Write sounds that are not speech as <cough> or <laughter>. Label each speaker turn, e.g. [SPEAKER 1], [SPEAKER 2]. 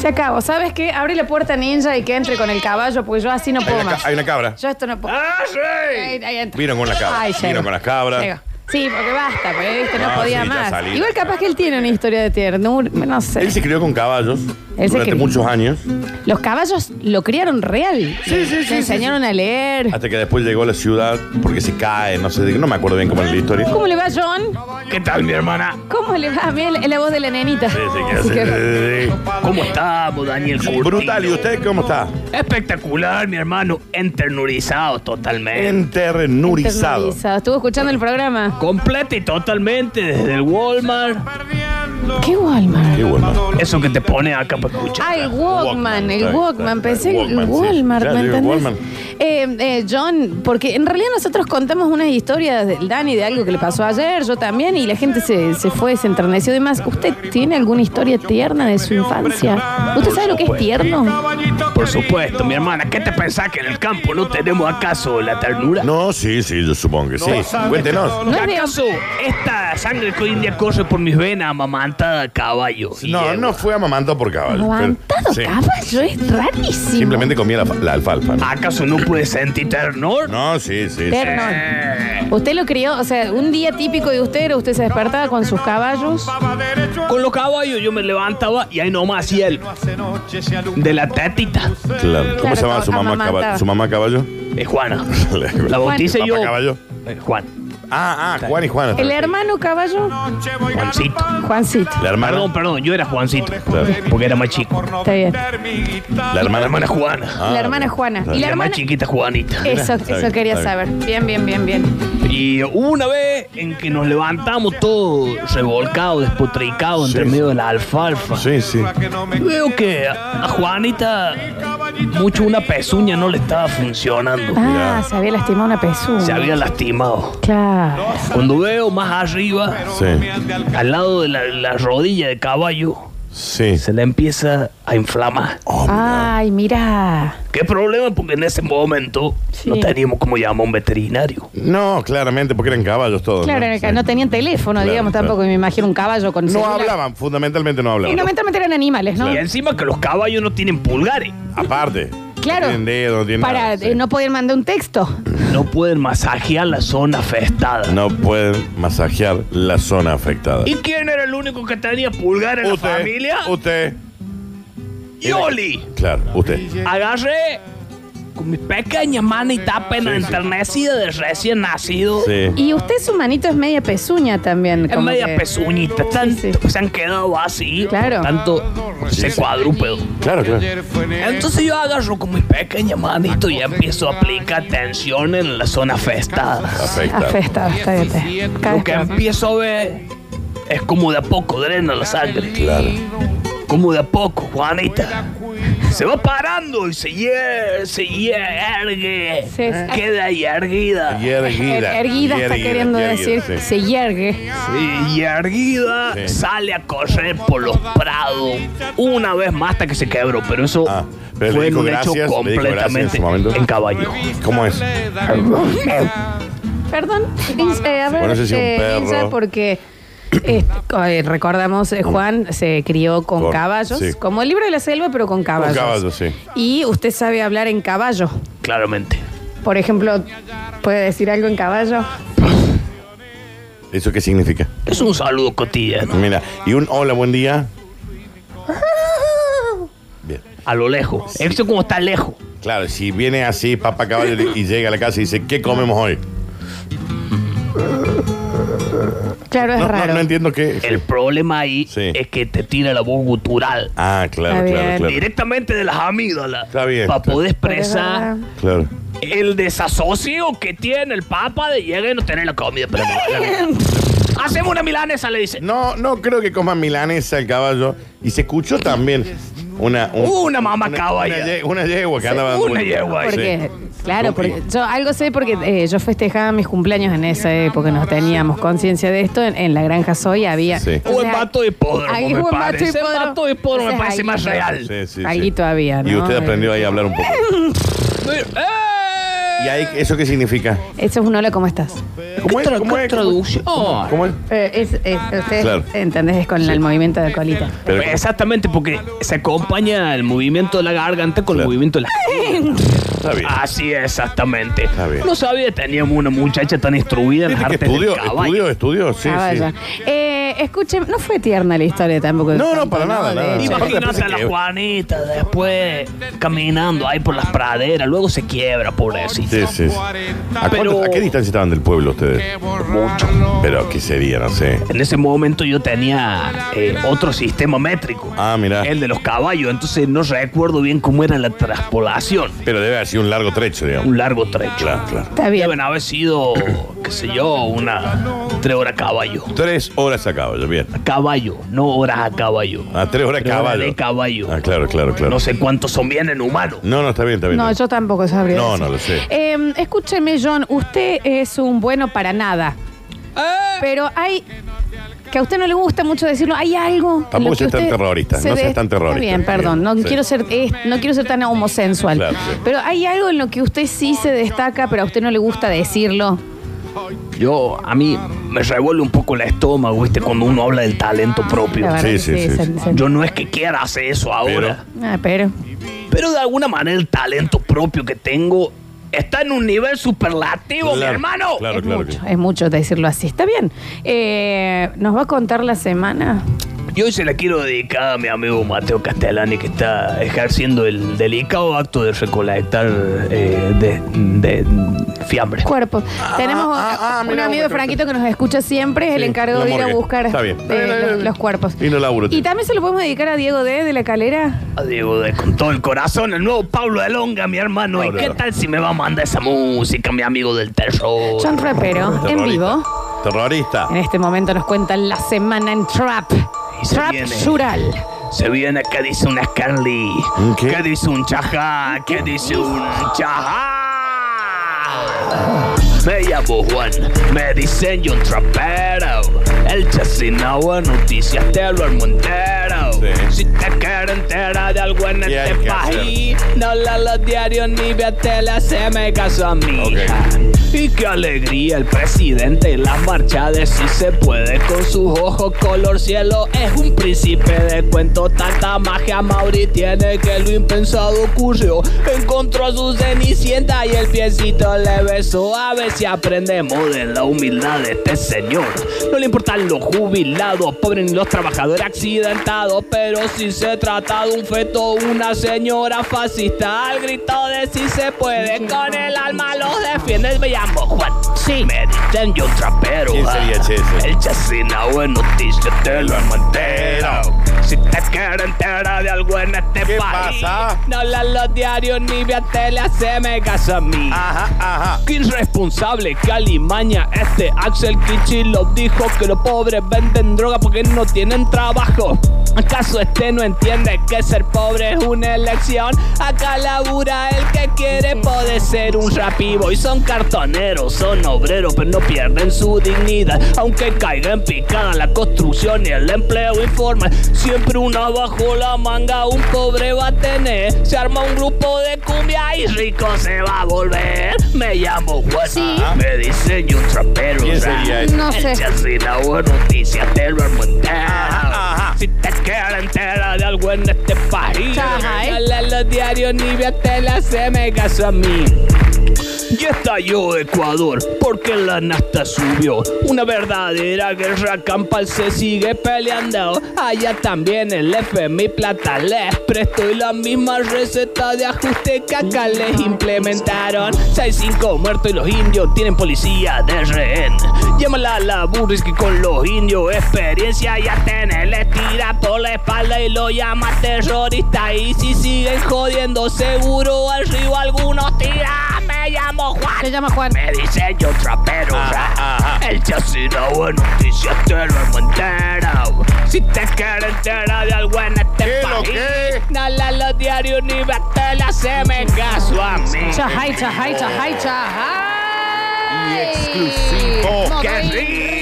[SPEAKER 1] Se acabó. ¿Sabes qué? Abrí la puerta ninja y que entre con el caballo, porque yo así no
[SPEAKER 2] Hay
[SPEAKER 1] puedo
[SPEAKER 2] una,
[SPEAKER 1] más.
[SPEAKER 2] ca- hay una cabra.
[SPEAKER 1] Yo esto no puedo.
[SPEAKER 2] ¡Ah,
[SPEAKER 1] Ahí- ahí
[SPEAKER 2] sí!
[SPEAKER 1] entra.
[SPEAKER 2] Vieron con las cabras.
[SPEAKER 1] Ay,
[SPEAKER 2] Vieron
[SPEAKER 1] llegó.
[SPEAKER 2] con las cabras.
[SPEAKER 1] Llegó. Sí, porque basta, porque viste, no,
[SPEAKER 2] No,
[SPEAKER 1] podía
[SPEAKER 2] sí, ya
[SPEAKER 1] más.
[SPEAKER 2] salí,
[SPEAKER 1] Igual
[SPEAKER 2] ya
[SPEAKER 1] capaz
[SPEAKER 2] salí.
[SPEAKER 1] que él tiene una historia de ternura, no sé.
[SPEAKER 2] Él se crió con caballos
[SPEAKER 1] Él se
[SPEAKER 2] durante
[SPEAKER 1] crió.
[SPEAKER 2] muchos años,
[SPEAKER 1] Los caballos lo criaron real.
[SPEAKER 2] Sí, sí, sí,
[SPEAKER 1] Le
[SPEAKER 2] sí,
[SPEAKER 1] enseñaron a leer.
[SPEAKER 2] hasta que después llegó a la ciudad porque se cae, no sé, no me acuerdo bien cómo es la historia.
[SPEAKER 1] ¿Cómo le va John?
[SPEAKER 3] ¿Qué tal, mi hermana?
[SPEAKER 1] ¿Cómo le va a mí? Es la voz de la nenita.
[SPEAKER 2] Sí, sí, que
[SPEAKER 1] Así
[SPEAKER 2] hace-
[SPEAKER 1] que-
[SPEAKER 2] sí, sí,
[SPEAKER 3] ¿Cómo estamos, Daniel
[SPEAKER 2] sí.
[SPEAKER 3] Curtino?
[SPEAKER 2] Brutal, ¿y usted cómo está?
[SPEAKER 3] Espectacular, mi hermano. Enternurizado totalmente.
[SPEAKER 2] Enternurizado.
[SPEAKER 1] Ternurizado. Estuvo escuchando el programa.
[SPEAKER 3] Completa y totalmente desde el Walmart.
[SPEAKER 1] ¿Qué Walmart?
[SPEAKER 2] Qué bueno.
[SPEAKER 3] Eso que te pone acá para escuchar.
[SPEAKER 1] Ah, el Walkman,
[SPEAKER 2] Está
[SPEAKER 1] el
[SPEAKER 2] bien,
[SPEAKER 1] Walkman.
[SPEAKER 2] está bien,
[SPEAKER 1] Pensé en el
[SPEAKER 2] Walkman, sí.
[SPEAKER 1] Walmart,
[SPEAKER 2] Claro,
[SPEAKER 1] ¿me
[SPEAKER 2] digo,
[SPEAKER 1] entendés?
[SPEAKER 2] Walmart.
[SPEAKER 1] Eh, eh, John, porque en realidad nosotros contamos unas historias del Dani de algo que le pasó ayer, yo también, y la gente se, se fue, se enterneció y demás. ¿Usted tiene alguna historia tierna de su infancia? ¿Usted sabe lo que es tierno?
[SPEAKER 3] Por supuesto, mi hermana. ¿Qué te pensás que en el campo no tenemos acaso la ternura?
[SPEAKER 2] No, sí, sí, yo supongo que sí. Cuéntenos.
[SPEAKER 1] No es de-
[SPEAKER 3] ¿Acaso esta sangre que hoy en día corre por mis venas amamantada a caballo? y
[SPEAKER 2] No,
[SPEAKER 3] yegua?
[SPEAKER 2] no fue amamantado por caballo.
[SPEAKER 1] Levantado
[SPEAKER 2] pero- sí.
[SPEAKER 1] caballo, es rarísimo.
[SPEAKER 2] Simplemente comía la, fa- la alfalfa. ¿no?
[SPEAKER 3] ¿Acaso no puedes sentir ternor?
[SPEAKER 2] No, sí, sí. sí.
[SPEAKER 1] Tierno.
[SPEAKER 3] Eh,
[SPEAKER 1] Usted lo crió, o sea, un día típico de usted era usted se despertaba con sus caballos.
[SPEAKER 3] Con los caballos yo me levantaba y ahí nomás hacía el de la tetita.
[SPEAKER 2] Claro. ¿Cómo
[SPEAKER 1] Claro,
[SPEAKER 2] se llamaba su mamá
[SPEAKER 1] amamantaba.
[SPEAKER 2] caballo? ¿Su mamá caballo? <laughs>
[SPEAKER 3] Es Juana. La
[SPEAKER 2] La
[SPEAKER 3] bautice
[SPEAKER 2] ¿Papá
[SPEAKER 3] yo.
[SPEAKER 2] caballo?
[SPEAKER 3] Eh, Juan.
[SPEAKER 2] Ah, ah, Juan y Juana.
[SPEAKER 1] El hermano caballo,
[SPEAKER 3] Juancito.
[SPEAKER 1] Juancito.
[SPEAKER 2] La hermana.
[SPEAKER 3] Perdón, perdón, yo era Juancito.
[SPEAKER 2] Claro.
[SPEAKER 3] Porque era más chico.
[SPEAKER 1] Está bien.
[SPEAKER 2] La
[SPEAKER 3] La
[SPEAKER 2] hermana.
[SPEAKER 3] hermana Juana.
[SPEAKER 2] Ah,
[SPEAKER 1] la hermana
[SPEAKER 2] bien.
[SPEAKER 1] Juana.
[SPEAKER 3] Y
[SPEAKER 1] Y la
[SPEAKER 3] la, más
[SPEAKER 1] hermana. Eh.
[SPEAKER 3] chiquita Juanita.
[SPEAKER 1] Eso,
[SPEAKER 2] Está
[SPEAKER 1] eso
[SPEAKER 2] bien,
[SPEAKER 1] quería
[SPEAKER 2] está
[SPEAKER 1] saber. Bien, bien, bien, bien.
[SPEAKER 3] Y hubo una vez en que nos levantamos todos revolcados, despotricados, entre
[SPEAKER 2] Sí.
[SPEAKER 3] medio de la alfalfa.
[SPEAKER 2] Sí, sí.
[SPEAKER 3] Veo que a a Juanita mucho una pezuña no le estaba funcionando.
[SPEAKER 1] Ah, se había lastimado una pezuña.
[SPEAKER 3] Se había lastimado.
[SPEAKER 1] Claro.
[SPEAKER 3] Cuando veo más arriba,
[SPEAKER 2] Sí,
[SPEAKER 3] al lado de la, la rodilla de caballo,
[SPEAKER 2] sí. Oh,
[SPEAKER 3] se le empieza a inflamar.
[SPEAKER 1] Ay, mira.
[SPEAKER 3] ¿Qué problema? Porque en ese momento
[SPEAKER 1] Sí.
[SPEAKER 3] no teníamos como llamar a un veterinario.
[SPEAKER 2] No, claramente, porque eran caballos todos.
[SPEAKER 1] Claro, era que
[SPEAKER 2] Sí.
[SPEAKER 1] no tenían teléfono,
[SPEAKER 2] Claro,
[SPEAKER 1] digamos,
[SPEAKER 2] claro.
[SPEAKER 1] tampoco. Me imagino un caballo con.
[SPEAKER 2] No
[SPEAKER 1] celular.
[SPEAKER 2] hablaban, fundamentalmente
[SPEAKER 1] Y
[SPEAKER 2] no
[SPEAKER 1] no
[SPEAKER 2] hablaban.
[SPEAKER 1] mentalmente eran animales, ¿no?
[SPEAKER 3] Y encima que los caballos no tienen pulgares.
[SPEAKER 2] Aparte.
[SPEAKER 1] Claro.
[SPEAKER 2] No tienen dedos, no tienen
[SPEAKER 1] Para
[SPEAKER 2] nada, sí.
[SPEAKER 1] eh, no poder mandar un texto.
[SPEAKER 3] No pueden masajear la zona afectada.
[SPEAKER 2] No pueden masajear la zona afectada.
[SPEAKER 3] ¿Y quién era el único que tenía pulgar en la familia?
[SPEAKER 2] Usted.
[SPEAKER 3] ¡Yoli!
[SPEAKER 2] Claro, usted.
[SPEAKER 3] Agarré con mis pequeñas manos y tapa enternecida de recién nacido.
[SPEAKER 2] Sí.
[SPEAKER 1] Y usted, su manito, es media pezuña también.
[SPEAKER 3] Es
[SPEAKER 1] como
[SPEAKER 3] media
[SPEAKER 1] que-
[SPEAKER 3] pezuñita, tan-
[SPEAKER 1] Sí,
[SPEAKER 3] se han quedado así,
[SPEAKER 1] Claro.
[SPEAKER 3] tanto ese cuadrúpedo.
[SPEAKER 2] Claro, claro.
[SPEAKER 3] Entonces yo agarro con mis pequeñas manitos y empiezo a aplicar tensión en la zona afectada.
[SPEAKER 2] Afectado.
[SPEAKER 1] Afectada, está bien, está bien. Cada
[SPEAKER 3] Lo
[SPEAKER 1] vez
[SPEAKER 3] que
[SPEAKER 1] peor.
[SPEAKER 3] empiezo a ver es como de a poco drena la sangre.
[SPEAKER 2] Claro.
[SPEAKER 3] Como de a poco, Juanita. Se va parando y se, hier- se hiergue.
[SPEAKER 1] Sí, sí.
[SPEAKER 3] Queda ahí erguida.
[SPEAKER 2] Y erguida.
[SPEAKER 1] Er- Erguida está
[SPEAKER 2] Y erguida,
[SPEAKER 1] queriendo
[SPEAKER 2] y erguida,
[SPEAKER 1] decir.
[SPEAKER 2] sí.
[SPEAKER 1] Se hiergue.
[SPEAKER 3] Y erguida
[SPEAKER 2] Sí.
[SPEAKER 3] sale a correr por los prados una vez más hasta que se quebró, pero eso
[SPEAKER 2] Ah, pero le
[SPEAKER 3] fue
[SPEAKER 2] dijo
[SPEAKER 3] un
[SPEAKER 2] gracias, le
[SPEAKER 3] hecho
[SPEAKER 2] dijo gracias
[SPEAKER 3] completamente
[SPEAKER 2] en su momento.
[SPEAKER 3] en caballo.
[SPEAKER 2] ¿Cómo es?
[SPEAKER 1] Perdón, eh, a ver,
[SPEAKER 2] Bueno, ese sí, un
[SPEAKER 1] eh,
[SPEAKER 2] perro.
[SPEAKER 1] Isa, porque este, co- eh, recordamos, eh, Juan se crió con
[SPEAKER 2] Con-
[SPEAKER 1] caballos,
[SPEAKER 2] sí.
[SPEAKER 1] como el libro de la selva, pero con caballos.
[SPEAKER 2] caballos, sí.
[SPEAKER 1] Y usted sabe hablar en caballo.
[SPEAKER 3] Claramente.
[SPEAKER 1] Por ejemplo, ¿puede decir algo en caballo?
[SPEAKER 2] ¿Eso qué significa?
[SPEAKER 3] Es un saludo
[SPEAKER 2] <laughs>
[SPEAKER 3] cotidiano,
[SPEAKER 2] Mira, y un hola, buen
[SPEAKER 1] <laughs>
[SPEAKER 2] día. Bien.
[SPEAKER 3] a lo lejos. Eso como está lejos.
[SPEAKER 2] Claro, si viene así, papá caballo, y llega a la casa y dice, ¿qué comemos hoy?
[SPEAKER 1] Claro, es
[SPEAKER 2] No, no,
[SPEAKER 1] raro.
[SPEAKER 2] no entiendo qué.
[SPEAKER 3] El problema ahí
[SPEAKER 2] Sí.
[SPEAKER 3] es que te tira la voz gutural
[SPEAKER 2] Ah, claro,
[SPEAKER 1] Está
[SPEAKER 2] claro,
[SPEAKER 1] bien.
[SPEAKER 2] claro.
[SPEAKER 3] directamente de las amígdalas
[SPEAKER 2] Está bien.
[SPEAKER 3] para poder
[SPEAKER 1] Pero es
[SPEAKER 3] expresar
[SPEAKER 1] verdad.
[SPEAKER 2] Claro.
[SPEAKER 3] el desasocio que tiene el papa de llegar y no tener la comida. Pero Hacemos una milanesa, le dice.
[SPEAKER 2] No, no creo que coma milanesa el caballo. Y se escuchó también una. un-
[SPEAKER 3] Una mamá caballa.
[SPEAKER 2] Una, ye- una yegua que andaba.
[SPEAKER 3] una yegua,
[SPEAKER 2] Sí.
[SPEAKER 1] Porque, claro,
[SPEAKER 2] Sí.
[SPEAKER 1] porque yo algo sé porque eh, yo festejaba mis cumpleaños en esa época, no teníamos conciencia de esto, en, en la granja Soy había...
[SPEAKER 2] Sí.
[SPEAKER 1] o
[SPEAKER 3] O en
[SPEAKER 1] sea,
[SPEAKER 3] Bato Hipódromo,
[SPEAKER 1] ahí
[SPEAKER 3] me
[SPEAKER 1] hubo en Bato
[SPEAKER 3] parece. En
[SPEAKER 1] Hipódromo.
[SPEAKER 3] Bato Hipódromo me
[SPEAKER 1] Entonces,
[SPEAKER 3] parece más
[SPEAKER 1] alguito-
[SPEAKER 3] real.
[SPEAKER 2] Sí, sí, sí.
[SPEAKER 1] Alguito había, ¿no? Eh,
[SPEAKER 2] Y usted aprendió ahí a hablar un poco.
[SPEAKER 3] ¡Eh!
[SPEAKER 2] ¿Y ahí eso qué significa?
[SPEAKER 1] Eso es un hola, ¿cómo estás?
[SPEAKER 2] ¿Cómo es?
[SPEAKER 3] tra-
[SPEAKER 2] ¿Cómo
[SPEAKER 3] qué
[SPEAKER 2] es?
[SPEAKER 3] traducción?
[SPEAKER 2] ¿Cómo es?
[SPEAKER 1] Eh, es, es- ustedes
[SPEAKER 2] Claro.
[SPEAKER 1] entendés, es con el movimiento de colita.
[SPEAKER 2] Pero-
[SPEAKER 3] Exactamente, porque se acompaña el movimiento de la garganta con
[SPEAKER 2] Claro.
[SPEAKER 3] el movimiento de la...
[SPEAKER 2] Está bien.
[SPEAKER 3] Así es, exactamente.
[SPEAKER 2] Está bien.
[SPEAKER 3] No sabía que teníamos una muchacha tan instruida en las
[SPEAKER 2] ¿Viste que
[SPEAKER 3] artes
[SPEAKER 2] estudio,
[SPEAKER 3] del caballo.
[SPEAKER 2] estudio, estudio,
[SPEAKER 1] Ah,
[SPEAKER 2] sí, sí.
[SPEAKER 1] Caballa. Eh, escuchen, no fue tierna la historia tampoco.
[SPEAKER 2] No, no,
[SPEAKER 1] Tanto,
[SPEAKER 2] para nada,
[SPEAKER 1] De
[SPEAKER 2] nada.
[SPEAKER 1] hecho.
[SPEAKER 2] Aparte,
[SPEAKER 3] Imagínate
[SPEAKER 2] después
[SPEAKER 3] a
[SPEAKER 2] se
[SPEAKER 3] la
[SPEAKER 2] quebra.
[SPEAKER 3] Juanita después caminando ahí por las praderas, luego se quiebra, pobrecita.
[SPEAKER 2] Sí, sí, sí. ¿A,
[SPEAKER 3] Pero-
[SPEAKER 2] cuánto- a qué distancia estaban del pueblo
[SPEAKER 1] Eh,
[SPEAKER 2] ustedes?
[SPEAKER 3] Mucho.
[SPEAKER 2] Pero ¿qué sería? No sé.
[SPEAKER 3] En ese momento yo tenía eh, otro sistema métrico.
[SPEAKER 2] Ah, mirá.
[SPEAKER 3] El de los caballos. Entonces no recuerdo bien cómo era la traspolación.
[SPEAKER 2] Pero debe haber sido un largo trecho, digamos.
[SPEAKER 3] Un largo trecho.
[SPEAKER 2] Claro, claro.
[SPEAKER 1] Está bien.
[SPEAKER 3] Deben haber sido, qué sé yo, una tres horas a caballo.
[SPEAKER 2] Tres horas a caballo, bien.
[SPEAKER 3] A caballo, no horas a caballo.
[SPEAKER 2] A tres horas a
[SPEAKER 3] Tres horas
[SPEAKER 2] caballo.
[SPEAKER 3] de caballo.
[SPEAKER 2] Ah, claro, claro, Ah, claro.
[SPEAKER 3] No sé cuántos son bien en humano.
[SPEAKER 2] No, no, está bien, está bien.
[SPEAKER 1] No, yo tampoco sabría.
[SPEAKER 2] No,
[SPEAKER 1] decir.
[SPEAKER 2] no lo sé.
[SPEAKER 1] Eh, escúcheme, John, usted es un bueno para nada. Pero hay. Que a usted no le gusta mucho decirlo, hay algo. en
[SPEAKER 2] Tampoco
[SPEAKER 1] lo que
[SPEAKER 2] seas tan
[SPEAKER 1] usted
[SPEAKER 2] terrorista,
[SPEAKER 1] se
[SPEAKER 2] no seas
[SPEAKER 1] des-
[SPEAKER 2] tan
[SPEAKER 1] Está
[SPEAKER 2] terrorista.
[SPEAKER 1] bien, perdón. No,
[SPEAKER 2] Sí.
[SPEAKER 1] quiero ser, eh, no quiero ser tan homosensual.
[SPEAKER 2] Claro, sí.
[SPEAKER 1] Pero hay algo en lo que usted sí se destaca, pero a usted no le gusta decirlo.
[SPEAKER 3] Yo, a mí me revuelve un poco el estómago, ¿viste? Cuando uno habla del talento propio.
[SPEAKER 1] Ah, La verdad
[SPEAKER 2] Sí,
[SPEAKER 1] que
[SPEAKER 2] sí, sí,
[SPEAKER 1] se-
[SPEAKER 2] sí.
[SPEAKER 1] se-
[SPEAKER 3] Yo no es que quiera hacer eso ahora,
[SPEAKER 1] Ah, pero.
[SPEAKER 3] pero, de alguna manera el talento propio que tengo está en un nivel superlativo, mi
[SPEAKER 2] Claro,
[SPEAKER 3] hermano.
[SPEAKER 2] claro.
[SPEAKER 1] es mucho,
[SPEAKER 2] que-
[SPEAKER 1] es mucho decirlo así. Está bien. Eh, ¿Nos va a contar la semana?
[SPEAKER 3] Y hoy se la quiero dedicar a mi amigo Mateo Castellani, que está ejerciendo el delicado acto de recolectar eh, de, de fiambre.
[SPEAKER 1] Cuerpo. Tenemos
[SPEAKER 2] ah, ah,
[SPEAKER 1] un
[SPEAKER 2] mirá,
[SPEAKER 1] amigo de
[SPEAKER 2] bueno,
[SPEAKER 1] Franquito que nos escucha siempre, es el
[SPEAKER 2] Sí,
[SPEAKER 1] encargado
[SPEAKER 2] la
[SPEAKER 1] de ir a
[SPEAKER 2] morgue.
[SPEAKER 1] buscar
[SPEAKER 2] Está bien.
[SPEAKER 1] eh,
[SPEAKER 2] Está bien, está
[SPEAKER 1] los,
[SPEAKER 2] bien.
[SPEAKER 1] los cuerpos.
[SPEAKER 2] Lindo laburo,
[SPEAKER 1] Y
[SPEAKER 2] tío.
[SPEAKER 1] también se lo podemos dedicar a Diego D de la calera.
[SPEAKER 3] Digo, Ah, de- con todo el corazón, el nuevo Pablo de Longa, mi hermano.
[SPEAKER 2] Pablo
[SPEAKER 3] ¿Y qué
[SPEAKER 2] Elonga.
[SPEAKER 3] tal si me va a mandar esa música, mi amigo del terror?
[SPEAKER 1] John Rapero, en
[SPEAKER 2] Terrorista.
[SPEAKER 1] vivo.
[SPEAKER 2] Terrorista.
[SPEAKER 1] En este momento nos cuentan la semana en Trap.
[SPEAKER 3] Y se
[SPEAKER 1] Trap
[SPEAKER 3] viene.
[SPEAKER 1] Sural.
[SPEAKER 3] Se viene acá, dice una Scarly.
[SPEAKER 2] ¿Un qué?
[SPEAKER 3] ¿Qué dice un chajá? ¿Qué dice un chajá? Me llamo Juan, me dicen John Trapero. El chasinagua noticias te lo armo entero.
[SPEAKER 2] Sí.
[SPEAKER 3] Si te quieres enterar de algo en
[SPEAKER 2] Y hay
[SPEAKER 3] este
[SPEAKER 2] que
[SPEAKER 3] país, no la los diarios ni vea tele, se me caso a mí.
[SPEAKER 2] Ok.
[SPEAKER 3] Y qué alegría el presidente en las marchas de si se puede con sus ojos color cielo. Es un príncipe de cuento, tanta magia Mauri tiene que lo impensado ocurrió. Encontró a su cenicienta y el piecito le besó. A ver si aprendemos de la humildad de este señor. No le importan los jubilados, pobres ni los trabajadores accidentados. Pero si se trata de un feto, una señora fascista al grito de si se puede con el alma los defiende el llamo Juan.
[SPEAKER 1] Sí.
[SPEAKER 3] Me dicen yo trapero.
[SPEAKER 2] ¿Quién sería
[SPEAKER 3] ah.
[SPEAKER 2] che ese?
[SPEAKER 3] El chasina bueno noticia te lo armo entero. Si te quieres enterar de algo en este
[SPEAKER 2] ¿Qué
[SPEAKER 3] país,
[SPEAKER 2] pasa?
[SPEAKER 3] no hablan los diarios ni via tele, haceme caso a mí.
[SPEAKER 2] Ajá, ajá.
[SPEAKER 3] Qué irresponsable, Calimaña, este Axel Kichilov dijo que los pobres venden droga porque no tienen trabajo. ¿Acaso este no entiende que ser pobre es una elección? Acá labura el que quiere poder ser un rapivo y son cartoneros, son obreros, pero pues no pierden su dignidad. Aunque caiga en picada la construcción y el empleo informal, siempre una bajo la manga un pobre va a tener. Se arma un grupo de cumbia y rico se va a volver. Me llamo Juan,
[SPEAKER 1] Sí.
[SPEAKER 3] me dicen yo un trapero.
[SPEAKER 2] ¿Quién
[SPEAKER 3] rap.
[SPEAKER 2] sería ese?
[SPEAKER 1] No sé.
[SPEAKER 3] El chacina o noticias te lo armo entero.
[SPEAKER 2] ajá.
[SPEAKER 3] Si te quieres enterar de algo en este país,
[SPEAKER 1] Ajá, ¿eh?
[SPEAKER 3] no leas los diarios ni veas tela, se me caso a mí. Ya estalló Ecuador porque la nasta subió. Una verdadera guerra campal se sigue peleando. Allá también el FMI plata les prestó y la misma receta de ajuste que acá les implementaron. 6-5 muertos y los indios tienen policía de rehén. Llámala a la burris que con los indios experiencia ya tenés. Les tira por la espalda y lo llama terrorista. Y si siguen jodiendo, seguro al río algunos tiran. Me llamo
[SPEAKER 1] Se
[SPEAKER 3] Juan.
[SPEAKER 1] llama Juan.
[SPEAKER 3] Me dice yo trapero.
[SPEAKER 2] Ajá,
[SPEAKER 3] ra.
[SPEAKER 2] ajá.
[SPEAKER 3] El chasino en noticias te lo hemos enterado. Si te quieres enterar de algo en este
[SPEAKER 2] ¿Qué lo
[SPEAKER 3] país,
[SPEAKER 2] qué?
[SPEAKER 3] no leas los diarios ni ve tele, haceme caso a mí.
[SPEAKER 1] Chajay, chajay, chajay, chajay.
[SPEAKER 2] Y exclusivo.
[SPEAKER 1] Modo
[SPEAKER 3] ¡Qué
[SPEAKER 1] in-
[SPEAKER 3] rico!